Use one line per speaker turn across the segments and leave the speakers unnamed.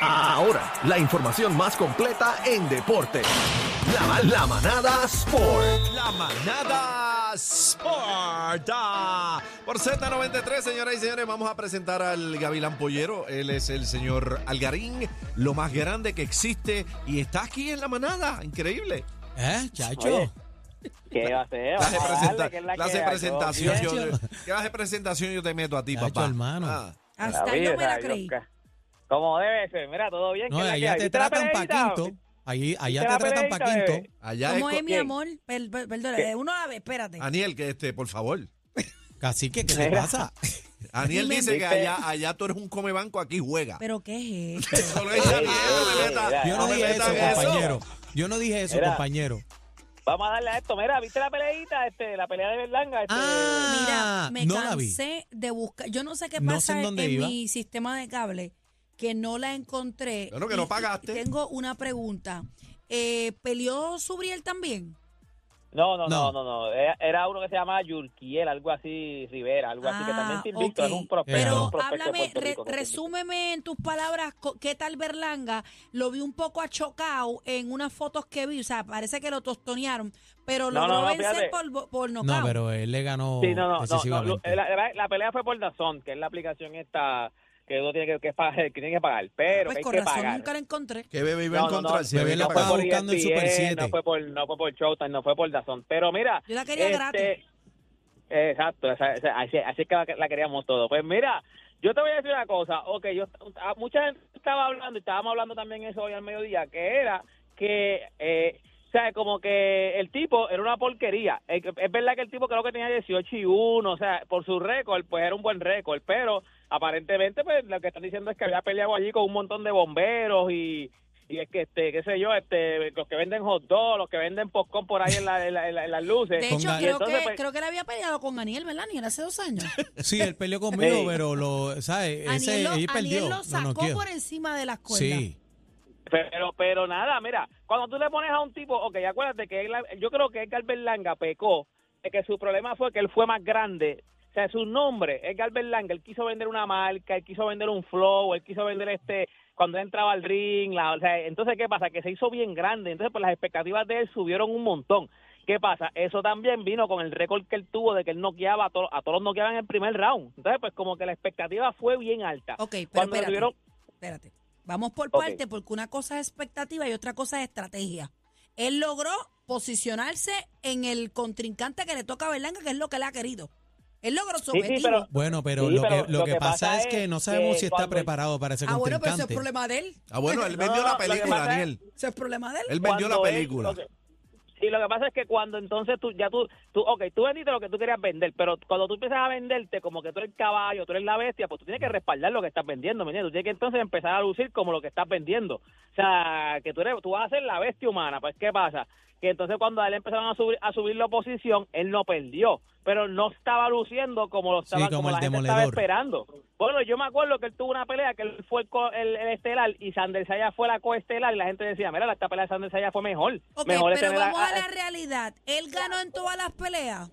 Ahora, la información más completa en deporte. La, la manada Sport.
La manada Sport. Ah, Por Z93, señoras y señores, vamos a presentar al Gavilán Pollero. Él es el señor Algarín, lo más grande que existe y está aquí en la manada. Increíble.
¿Eh, chacho?
Oye, ¿Qué va a hacer?
Clase de,
Vamos a
presenta-
darle, que es la
clase de
que hay.
presentación.
Yo-
Yo,
Yo-
clase de presentación yo te meto a ti,
Chacho,
papá.
hermano.
Ah,
La
Hasta yo me
vida,
la creí.
Dios, ca- Como debe ser, mira, todo bien.
No,
que es la que
allá
hay.
te
¿Viste la
tratan pa'
peleita?
quinto. Allí, allá
¿Viste
te
la
tratan pa'
peleita,
quinto.
bebé?
allá es.
¿Cómo es,
co-
mi
¿Quién?
amor? Per- per- Perdón,
¿Qué?
eh, uno a la vez, espérate.
Aniel, que este, por favor.
Cacique, ¿qué te
Mira.
pasa?
Aniel
Dime.
dice que
¿Viste?
allá, allá tú eres un come banco, aquí juega.
¿Pero qué es esto?
Solo ella, Aniel, no me meta-
Yo
No
no
me
dije eso,
metas en eso.
compañero. Yo no dije eso,
Mira.
compañero.
Vamos a darle a esto, mira, ¿viste la peleita? Este, la pelea de Berlanga. Este,
Ah,
Mira, me
no la vi.
cansé de buscar. Yo no sé qué
No sé
pasa
en
en,
dónde iba.
mi sistema de cable que no la encontré.
Bueno, que no
Y- y
pagaste.
Tengo una pregunta. Eh, ¿Peleó Subriel también?
No, no,
No.
no, no, no. Era- Era uno que se llama Yurquiel, algo así, Rivera, algo así, que también está Pues invicto,
Ah, ok.
es un prospecto.
Pero
un
Pero
prospecto de
háblame,
Puerto
re-
Rico que está invicto.
resúmeme en tus palabras co- qué tal Berlanga. Lo vi un poco achocado en unas fotos que vi. O sea, parece que lo tostonearon, pero
No,
logró
no, no,
vencer
fíjate.
por, bo- por nocaut.
No, pero él le ganó
Sí, no, no, no, no, lo-
decisivamente.
la, la- la pelea fue por Dazón, que es la aplicación esta que uno tiene que, que, pagar, que, tiene que pagar, pero
Pues
que hay
con
que
razón
pagar.
nunca la encontré.
Que bebé iba a
No, no,
encontrar.
no.
si había
Bebé
que
la
pagar.
pagó.
por
buscando en Super
ESPN,
7.
eh, No fue por, no fue por Showtime, no fue por Dazón. Pero mira. este,
Yo la quería gratis.
Exacto, esa- esa- así, así es que la, la queríamos todos. Pues mira, yo te voy a decir una cosa. Ok, yo, a- mucha gente estaba hablando, y estábamos hablando también eso hoy al mediodía, que era que. Eh, o sea, como que el tipo era una porquería. Es que- es verdad que el tipo creo que tenía 18 y 1, o sea, por su récord, pues era un buen récord, pero aparentemente pues lo que están diciendo es que había peleado allí con un montón de bomberos y, y es que este qué sé yo este los que venden hot dog los que venden popcorn por ahí en, la- en la- en la- en las luces
De hecho,
Ponga-
creo,
eh, Entonces,
que,
pues-
creo que la había peleado con Aniel, ¿verdad? Aniel hace dos años.
Sí, él peleó conmigo,
Sí.
pero lo, ¿sabes? Ese,
Aniel lo,
él
Aniel
perdió.
lo
No, no
sacó
quiero.
por encima de las cuerdas.
Sí.
pero pero nada mira cuando tú le pones a un tipo ok acuérdate que él- yo creo que Edgar Berlanga pecó de que su problema fue que él fue más grande o sea su nombre Edgar Berlanga él quiso vender una marca él quiso vender un flow él quiso vender este cuando él entraba al ring la, o sea, entonces qué pasa que se hizo bien grande entonces pues las expectativas de él subieron un montón ¿Qué pasa? Eso también vino con el récord que él tuvo de que él noqueaba a, to- a todos los noqueaban en el primer round. Entonces, pues como que la expectativa fue bien alta.
Ok, pero
Ah, Cuando
espérate.
tuvieron-
Espérate. Vamos por
Ok.
parte, porque una cosa es expectativa y otra cosa es estrategia. Él logró posicionarse en el contrincante que le toca a Berlanga, que es lo que le ha querido. Él logró su
Sí, sí,
objetivo.
pero-
Bueno, pero,
Sí,
lo,
pero
que, lo que pasa es que no sabemos si está
cuando-
preparado para ese
ah, bueno, pero eso es
contrincante.
problema de él.
Ah, bueno, él vendió
No,
la
lo que
película,
pasa es-
Aniel.
Eso es problema de él.
Él vendió la
cuando él-
película.
ok. Sí, lo que pasa es que cuando entonces tú, ya tú, tú, ok, tú vendiste lo que tú querías vender, pero cuando tú empiezas a venderte como que tú eres el caballo, tú eres la bestia, pues tú tienes que respaldar lo que estás vendiendo, ¿me entiendes? Tú tienes que entonces empezar a lucir como lo que estás vendiendo. O sea, que tú, eres, tú vas a ser la bestia humana, pues ¿qué pasa? Que entonces cuando a él empezaron a subir, a subir la oposición, él no perdió, pero no estaba luciendo como lo estaba,
como
como,
el
la gente
demoledor.
estaba esperando. Bueno, yo me acuerdo que él tuvo una pelea que él fue el, co- el- el estelar y Sander Saya fue la coestelar y la gente decía, mira, esta pelea de Sander Saya fue mejor.
Ok,
mejor es
pero
tener a-
vamos a,
a-
la realidad. Él ganó en todas las peleas.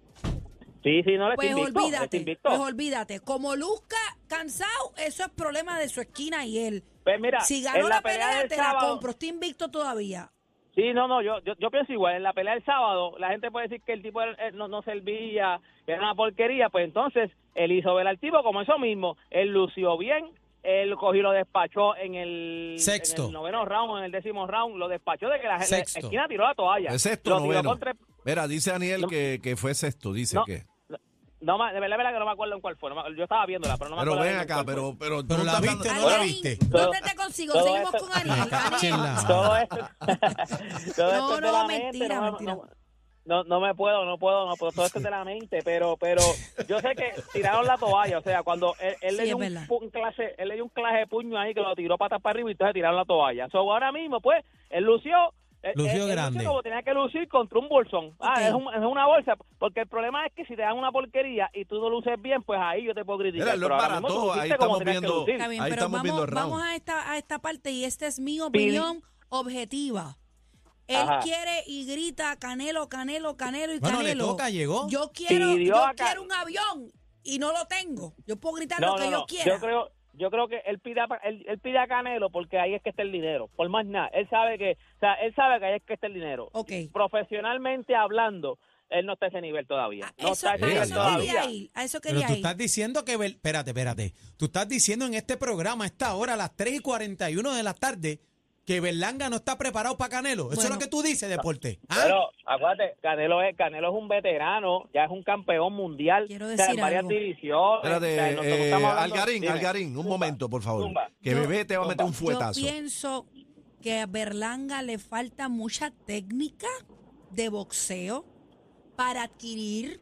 Sí, sí, no, le
Pues
invicto, le
olvídate.
invicto.
Pues olvídate. Como luzca cansado, eso es problema de su esquina y él.
Pues mira,
Si
en
ganó la, pelea,
del
te la
sábado-
compro. Está invicto todavía.
Sí, no, no, yo, yo, yo pienso igual. En la pelea del sábado, la gente puede decir que el tipo era- eh, no, no servía, era una porquería. Pues entonces, él hizo ver al tipo como eso mismo. Él lució bien, él cogió y lo despachó en el,
Sexto.
en el noveno round, en el décimo round. Lo despachó de que la, gente
Sexto.
esquina tiró la toalla.
Es
Lo
sexto,
tiró
noveno.
con tres-
Mira, dice Aniel
No.
que, que fue sexto, dice
No.
que.
no, ma- de verdad, de verdad que no me acuerdo en cuál fue. no me- yo estaba viéndola, pero no me
Pero
acuerdo.
ven
bien en
acá,
cuál fue.
pero, pero, tú
Pero
no
la
estás
viste,
dando-
no la
Ariel,
viste.
¿Dónde te consigo?
Todo
Seguimos
esto-
con Ariel.
caché en la-
Ariel.
todo esto, todo
No,
esto es de
no,
la
mentira,
mente, no,
mentira.
no, no, no me puedo, no puedo, no puedo, todo esto es de la mente, pero, pero yo sé que tiraron la toalla, o sea, cuando él, él
Sí,
le dio
es
un,
verdad.
pu- un clase, él le dio un clase de puño ahí que lo tiró patas para arriba y entonces tiraron la toalla. So, ahora mismo, pues, él lució, él-
Lució
él- él
grande.
como tenía que lucir contra un bolsón. Ah,
Ok.
es, un- es una bolsa, porque el problema es que si te dan una porquería y tú no luces bien, pues ahí yo te puedo criticar.
Mira, lo
pero ahora
para
mismo tú
todo, ahí
luciste
estamos
como tenías que
viendo-
lucir.
Está bien,
Ahí
pero
estamos viendo
vamos,
el round.
vamos a, esta, a esta parte y esta es mi
Pili.
opinión objetiva. Él
Ajá.
quiere y grita Canelo, Canelo, Canelo y
Bueno, le
Canelo.
toca, llegó.
Yo quiero,
Pidió
yo
a Can-
quiero un avión y no lo tengo. Yo puedo gritar lo que yo
Yo
quiera.
creo, yo creo que él pide, a, él, él pide a Canelo porque ahí es que está el dinero. Por más nada, él sabe que, o sea, él sabe que ahí es que está el dinero.
Ok.
Profesionalmente hablando, él no está a ese nivel todavía.
A
No
Ah, eso,
está a ese
eh,
a
nivel
eso
todavía.
quería ir. A eso
Pero
quería
tú
ir.
estás diciendo que. Bel- Espérate, espérate. Tú estás diciendo en este programa, a esta hora, a las 3 y 41 de la tarde, que Berlanga no está preparado para Canelo. Eso es
Bueno.
lo que tú dices, deporte. ¿Ah?
Pero acuérdate, Canelo es, Canelo es un veterano, ya es un campeón mundial.
Quiero
o sea,
decir
en varias
algo.
divisiones. o sea,
Espérate,
nosotros
eh,
estamos hablando-
Algarín,
dime.
Algarín, un
Zumba.
momento, por favor.
Zumba.
Que
Yo-
bebé te va a meter un
Yo
fuetazo.
pienso que a Berlanga le falta mucha técnica de boxeo para adquirir.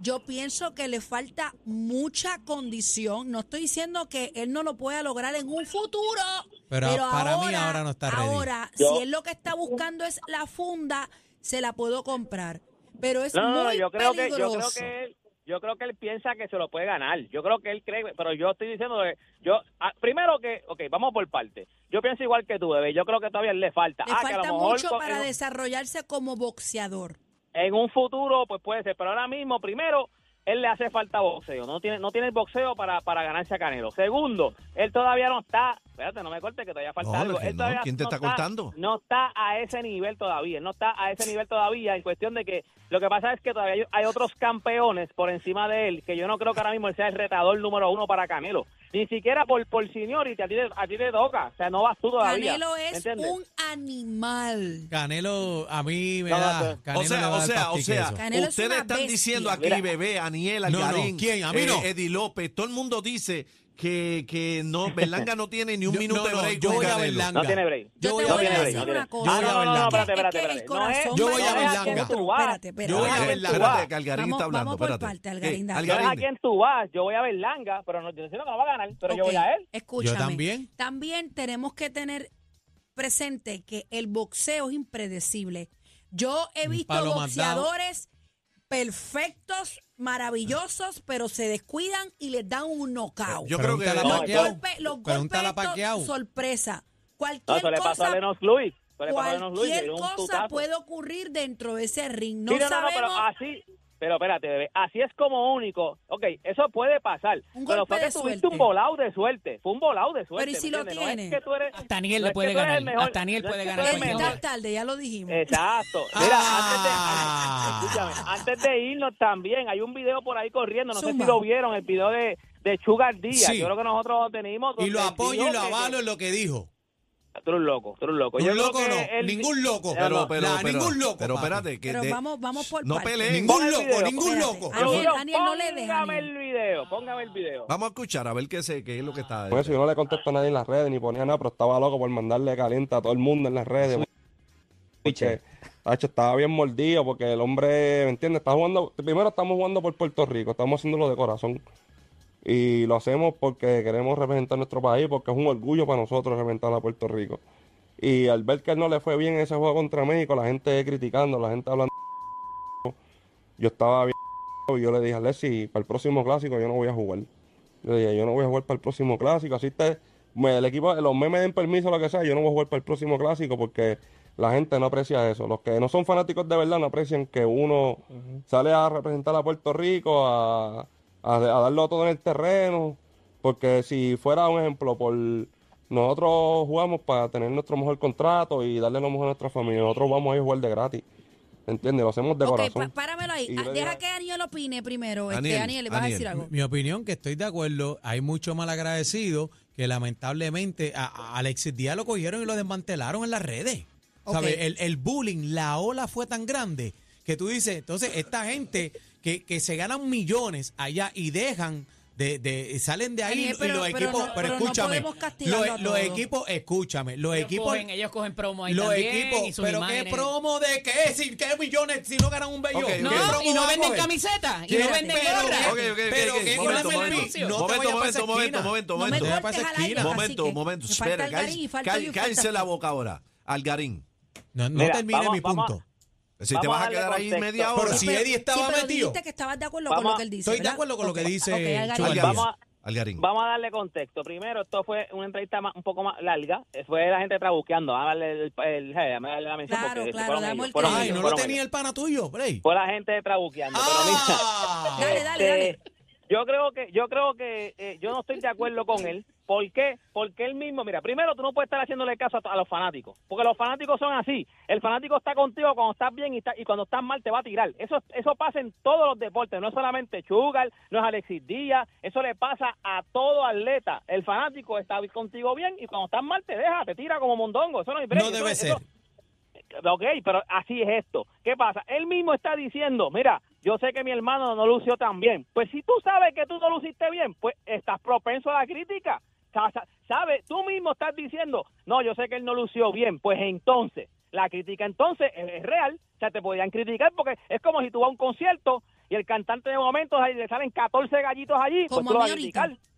Yo pienso que le falta mucha condición. No estoy diciendo que él no lo pueda lograr en un futuro.
Pero para mí ahora no está ready.
Ahora,
Yo-
si él lo que está buscando es la funda, se la puedo comprar. Pero es
No, no, no,
muy
yo creo que yo creo
peligroso.
que él, yo creo que él piensa que se lo puede ganar. Yo creo que él cree, pero yo estoy diciendo que yo ah, primero que, ok, vamos por parte. Yo pienso igual que tú, bebé. Yo creo que todavía le falta.
Le
Ah, que a
falta
lo mejor
mucho
con-
para
en-
desarrollarse como boxeador.
en un futuro pues puede ser, pero ahora mismo primero él le hace falta boxeo, no tiene no tiene el boxeo para, para ganarse a Canelo. Segundo, él todavía no está, espérate, no me corte que todavía falta
No,
algo.
que
Él
no,
todavía
¿quién te está cortando?
No está a ese nivel todavía, él no está a ese nivel todavía en cuestión de que lo que pasa es que todavía hay, hay otros campeones por encima de él que yo no creo que ahora mismo él sea el retador número uno para Canelo. Ni siquiera por por seniority a ti, te- a ti te toca, o sea, no vas tú todavía.
Canelo
¿me
es
entiendes?
un animal.
Canelo, a mí me
No, no,
da.
no.
Canelo
o sea,
le va a
o
dar
sea, o
pastique
sea,
eso.
Canelo es
ustedes
una
están
bestia.
diciendo aquí,
Mira.
bebé, Aniel,
No, no,
Algarín, eh,
¿quién? A mí no.
Eddie López, todo el mundo dice que, que no, Berlanga no tiene ni un
Yo-
minuto
no,
de
no,
break
yo
con
voy a
Canelo.
Berlanga.
No tiene break.
Yo
Yo
voy
te
a
voy a
Berlanga.
decir
Yo
una
voy
cosa.
a
Ah, no, no, no,
Berlanga.
espérate, espérate,
Es que el
espérate. No es-
corazón
Yo voy a
no es
Berlanga.
quién tú vas.
Espérate, espérate.
Yo voy a
Vamos
Berlanga.
por
Espérate,
parte.
que Algarín
Vamos-
está hablando.
vamos por
espérate.
parte,
Eh,
Algarín,
No
dale.
es a
Algarín,
quien tú vas, yo voy a Berlanga, pero no, yo no que no va a ganar, pero yo
Ok,
voy a él.
Escúchame.
Yo también.
También tenemos que tener presente que el boxeo es impredecible. Yo he
Un
visto
palo más dado.
boxeadores perfectos, maravillosos, pero se descuidan y les dan un knockout.
yo creo que
Pregúntale a
los
Pacquiao.
golpes, los golpes
Pregúntale a
estos,
Pacquiao.
sorpresa.
No,
Cualquier
eso le pasó a
cosa,
Lenos Luis. Eso le pasó a Lennox Lewis, le
cualquier
dio un
cosa
tutazo.
puede ocurrir dentro de ese ring. No
Sí, no, no, no,
sabemos.
pero ah, así, pero espérate, bebé, así es como único. Ok, eso puede pasar,
Un
pero
golpe
fue que
de
tuviste
suerte.
un volado de suerte, fue un volado de suerte.
¿y si
¿me
lo
entiendes? No es
tiene?
que tú eres-
Hasta
no
Aniel le
es que
puede
tú eres
ganar,
el mejor,
hasta Aniel
no es
puede
que tú
ganar
eres el
cualquier
Está
mejor.
golpe.
tarde, ya lo dijimos.
Exacto. Mira, antes, de,
Ah.
escúchame, antes de irnos también, hay un video por ahí corriendo, no sé
Zumba.
si lo vieron, el video de, de Sugar Díaz.
Sí.
Yo creo que nosotros lo tenemos.
Y lo
donde él
apoyo
dijo
y lo
que-
avalo en lo que dijo.
Tú eres un loco, tú eres un loco.
Un
Yo creo
loco
que
no,
él-
ningún loco.
No,
Pero,
no.
pero,
La-
pero,
ningún loco,
Pero
papi.
espérate, que
Pero
de-
vamos, vamos por
no
partes.
peleen.
Ningún
el
loco,
video,
ningún
espérate.
loco.
Aniel,
Yo-
Aniel, no le deja,
Póngame
Aniel.
el video, póngame el video.
Ah.
Vamos a escuchar a ver qué, se, qué es lo que está.
Por eso Pues, yo no le contesto a nadie en las redes, ni ponía nada, pero estaba loco por mandarle caliente a todo el mundo en las redes. Porque, tacho, estaba bien mordido porque el hombre, ¿me entiendes? Está jugando, primero estamos jugando por Puerto Rico, estamos haciéndolo de corazón. Y lo hacemos porque queremos representar nuestro país, porque es un orgullo para nosotros representar a Puerto Rico. Y al ver que él no le fue bien en ese juego contra México, la gente criticando, la gente hablando. Yo estaba bien y yo le dije a Alexis, para el próximo clásico yo no voy a jugar. Yo dije, yo no voy a jugar para el próximo clásico, así te, me- el equipo, los memes den permiso, lo que sea, yo no voy a jugar para el próximo clásico porque la gente no aprecia eso. Los que no son fanáticos de verdad no aprecian que uno sale a representar a Puerto Rico, a, a, a darlo todo en el terreno, porque si fuera un ejemplo, por nosotros jugamos para tener nuestro mejor contrato y darle lo mejor a nuestra familia, nosotros vamos a ir a jugar de gratis, ¿entiendes? Lo hacemos de
ok,
corazón.
pa- páramelo ahí.
Y yo
Ah,
le digo
Deja
a-
que Aniel opine primero.
Aniel,
este, Aniel, le vas a
Aniel,
decir algo.
Mi opinión que estoy de acuerdo, hay mucho mal agradecido que lamentablemente a, a Alexis Díaz lo cogieron y lo desmantelaron en las redes.
Ok.
¿Sabes? El, el bullying, la ola fue tan grande que tú dices, entonces esta gente que, que se ganan millones allá y dejan de, de- salen de ahí
Aniel,
y
pero-
los
pero
equipos,
no- pero no
escúchame,
podemos castigarlo a
los, los
todos.
equipos, escúchame, los
Ellos
equipos
cogen, ellos cogen promo ahí
los
también, y
equipos,
sus
pero qué
imágenes.
promo de qué, si qué millones si no ganan un bello.
Ok,
¿Qué
No,
promo
y
van
no
a
venden
coger?
camisetas, y
¿Qué
no venden
pero
gorras.
qué?
Ok, ok, ok,
pero
ok,
que
momento,
con el
momento,
anuncio.
No te
momento,
vayas para esa
momento, momento,
esquina.
momento,
No me
momento.
vaya para esa
cortes al aire,
esquina.
cacique.
Momento, momento,
Me falta
espera,
Algarín
cállese
y falta yo y falta
cállese la
tú.
boca ahora, Algarín.
No, no
Mira,
termine
vamos-
mi
vamos
punto.
Si
Vamos
te
a
vas a
darle
quedar ahí
contexto.
media
Pero
hora,
si Eddie estaba
sí, pero
metido.
dijiste que estabas de acuerdo con
Vamos-
lo que él dice.
Estoy de
¿verdad?
acuerdo con lo
Ok,
que dice
ok, Algarín.
Chugal.
Vamos a,
Algarín.
Vamos a darle contexto. Primero, esto fue una entrevista más- un poco más larga. Eh, Fue la gente trabuqueando. Vamos a darle el, el- eh, dame la- la mención
Claro,
porque
claro,
fueron
damos
ellos,
el
fueron
crédito.
Ay,
ellos,
no lo
fueron
tenía
ellos.
el pana tuyo, Bray.
Fue la gente trabuqueando. pero mira,
Ah.
Dale, dale, dale.
este, Yo creo que, yo creo que eh, yo no estoy de acuerdo con él. ¿Por qué? Porque él mismo, mira, primero tú no puedes estar haciéndole caso a, a los fanáticos, porque los fanáticos son así. El fanático está contigo cuando estás bien y, está- y cuando estás mal te va a tirar. Eso, eso pasa en todos los deportes, no es solamente Chugal, no es Alexis Díaz, eso le pasa a todo atleta. El fanático está contigo bien y cuando estás mal te deja, te tira como mondongo. Eso no, hay break.
No debe
Eso-
ser.
eso- Ok, pero así es esto. ¿Qué pasa? Él mismo está diciendo, mira, yo sé que mi hermano no lució tan bien. Pues si tú sabes que tú no luciste bien, pues estás propenso a la crítica. Sa- sa- ¿Sabes? Tú mismo estás diciendo, no, yo sé que él no lució bien. Pues entonces, la crítica entonces es, es real. O sea, te podrían criticar porque es como si tú vas a un concierto y el cantante de momento ahí le salen 14 gallitos allí, pues
Como
tú lo
a
vas a
mí ahorita.
criticar.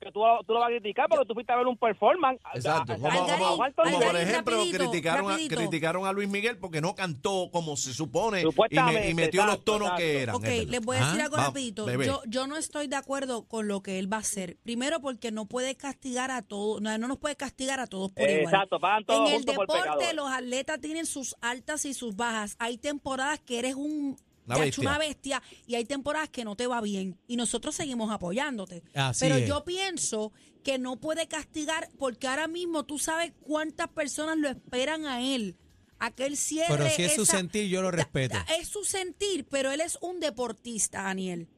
Que tú, tú lo vas a criticar porque tú fuiste a ver un performance. Ah,
Exacto.
A- a-
Como,
Algarín,
como-
Juan Antonio.
como por
Algarín,
ejemplo,
rapidito,
criticaron, a,
rapidito.
criticaron a Luis Miguel porque no cantó como se supone y,
Supuestamente,
me- y metió los
exacto,
tonos que
exacto.
eran.
Ok,
Es
les voy a
verdad.
decir
Ah,
algo
vamos,
rapidito.
bebé.
Yo, yo no estoy de acuerdo con lo que él va a hacer. Primero porque no puede castigar a todos, no, no nos puede castigar a todos por igual.
Exacto, pagan todos
en el
juntos por
deporte
pecadores.
los atletas tienen sus altas y sus bajas. Hay temporadas que eres un
Una
chacho,
bestia.
una bestia y hay temporadas que no te va bien y nosotros seguimos apoyándote.
Así
Pero
es.
yo pienso que no puede castigar porque ahora mismo tú sabes cuántas personas lo esperan a él. Aquel cierre.
Pero si es su
esa-
sentir, yo lo
Da-
respeto.
da- Es su sentir, pero él es un deportista, Daniel.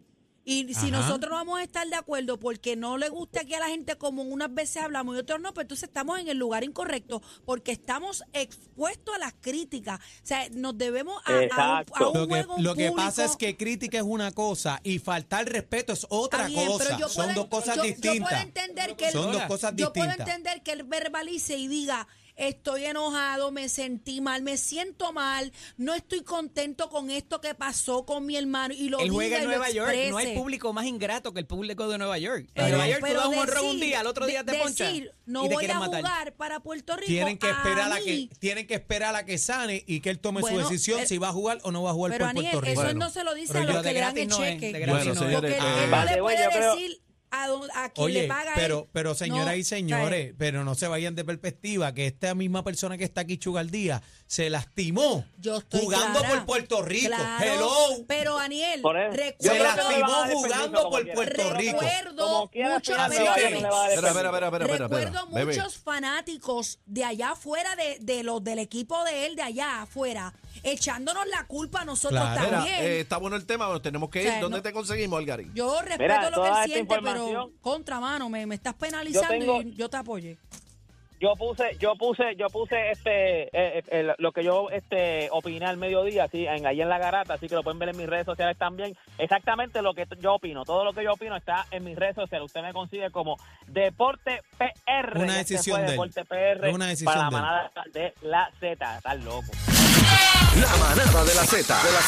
Y si
Ajá.
nosotros no vamos a estar de acuerdo porque no le gusta que a la gente como unas veces hablamos y otras no, pues entonces estamos en el lugar incorrecto porque estamos expuestos a las críticas. O sea, nos debemos a, a un- a un,
Exacto.
Lo que,
juego, un
lo que
público.
pasa es que crítica es una cosa y faltar respeto es
Está
otra
bien,
cosa.
pero yo
Son
puedo-
dos cosas
yo- yo puedo
distintas.
entender que él-
Son dos cosas
Yo puedo
distintas.
entender que él verbalice y diga, estoy enojado, me sentí mal, me siento mal, no estoy contento con esto que pasó con mi hermano y lo
Él
diga
juega en
y lo
Nueva York. No hay
exprese.
público más ingrato que el público de Nueva York.
Pero-
en Nueva York tú
pero
das un honrón
decir-
un día, al otro día te
de-
ponchan
decir, no
y te
voy
quieren
a
matar.
jugar para Puerto Rico.
Tienen que esperar a,
mí.
que tienen que esperar a que sane y que él tome su
Bueno,
decisión
eh,
si va a jugar o no va a jugar
Pero
por
Aniel,
Puerto Rico.
eso
Bueno,
no se lo dice
pero
a
yo
los
de
que le dan
gratis
el
no es,
cheque.
de gratis
Bueno,
Porque
no es. señores,
él
eh,
no le
Vale, güey,
puede
yo creo-
decir a, don- a quien
Oye,
le paga
pero,
él.
pero señoras
No,
y señores, pero no se vayan de perspectiva que esta misma persona que está aquí Chugaldía se lastimó
Yo estoy
jugando
clara.
por Puerto Rico.
Claro,
Hello.
Pero Aniel,
Por eso.
recuerdo,
Yo
Se
creo que no le
lastimó
va a dar el
jugando
permiso
por
como
Puerto
quiera.
Rico.
recuerdo
Como quiera,
muchos
Fernando,
Así
menores.
que-
no le va a dar el
Espera, espera, espera, espera, espera,
Recuerdo
espera. Bebé.
muchos fanáticos de allá afuera, de, de los del equipo de él, de allá afuera, echándonos la culpa a nosotros
Claro.
Mira,
también.
eh, está bueno el tema, pero tenemos que ir.
O sea,
¿Dónde
no-
te conseguimos, Algarín?
Yo respeto
Mira,
lo que
toda
él
esta
siente, pero
información-
contra mano, me, me estás penalizando
tengo-
y yo te apoyé.
yo puse yo puse yo puse este eh, eh, lo que yo este opiné al mediodía así en ahí en la garata así que lo pueden ver en mis redes sociales también exactamente lo que t- yo opino todo lo que yo opino está en mis redes sociales usted me consigue como deporte pr
Una
Ya se
decisión
este fue
de él.
deporte pr
Es una decisión de
para la
él.
manada de la z estás loco
La manada de la Z. De la Z.